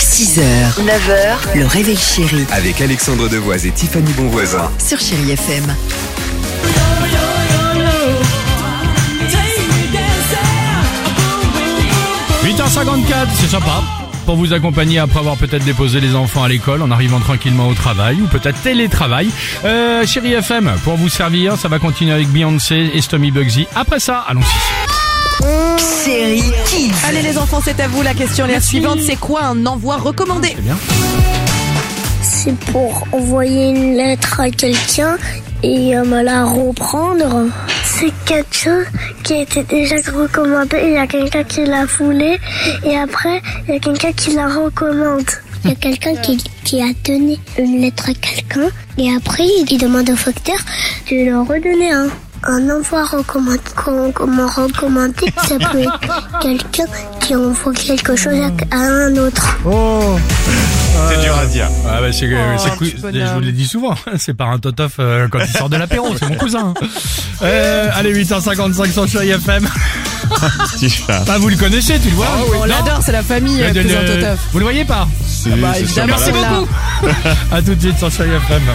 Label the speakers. Speaker 1: 6h, 9h, le réveil chéri
Speaker 2: Avec Alexandre Devoise et Tiffany Bonvoisin.
Speaker 1: sur Chéri FM.
Speaker 3: Take me dancing.
Speaker 4: 8h54, c'est sympa. Pour vous accompagner après avoir peut-être déposé les enfants à l'école en arrivant tranquillement au travail ou peut-être télétravail. Euh, chérie FM, pour vous servir, ça va continuer avec Beyoncé et Stomy Bugsy. Après ça, allons-y.
Speaker 1: Chéri Kids.
Speaker 5: Allez les enfants, c'est à vous la question. La suivante, c'est quoi un envoi recommandé
Speaker 6: C'est pour envoyer une lettre à quelqu'un et euh, me la reprendre. C'est quelque chose qui a été déjà recommandé. Il y a quelqu'un qui l'a foulé et après, il y a quelqu'un qui la recommande. Il y a quelqu'un qui, qui a donné une lettre à quelqu'un et après, il demande au facteur de lui en redonner un. Un envoi recommandé, comment, comment recommander, ça peut être quelqu'un qui envoie quelque chose à, à un autre.
Speaker 4: C'est dur à dire. Ah bah c'est, c'est
Speaker 5: un
Speaker 4: cou-
Speaker 5: Oh, petit bonhomme.
Speaker 4: je vous l'ai dit souvent, c'est par un totof euh, quand il sort de l'apéro, c'est mon cousin. hein. Euh, allez, 8h55 sur Chérie FM. Bah vous le connaissez, tu le vois
Speaker 5: Ah On
Speaker 4: Non
Speaker 5: l'adore, c'est la famille euh,
Speaker 4: Le- le-
Speaker 5: cousin
Speaker 4: le-
Speaker 5: Totof.
Speaker 4: Vous le voyez pas
Speaker 5: Bah, évidemment,
Speaker 4: sûr.
Speaker 5: c'est
Speaker 4: Merci
Speaker 5: là.
Speaker 4: あとでさしあげたんだ。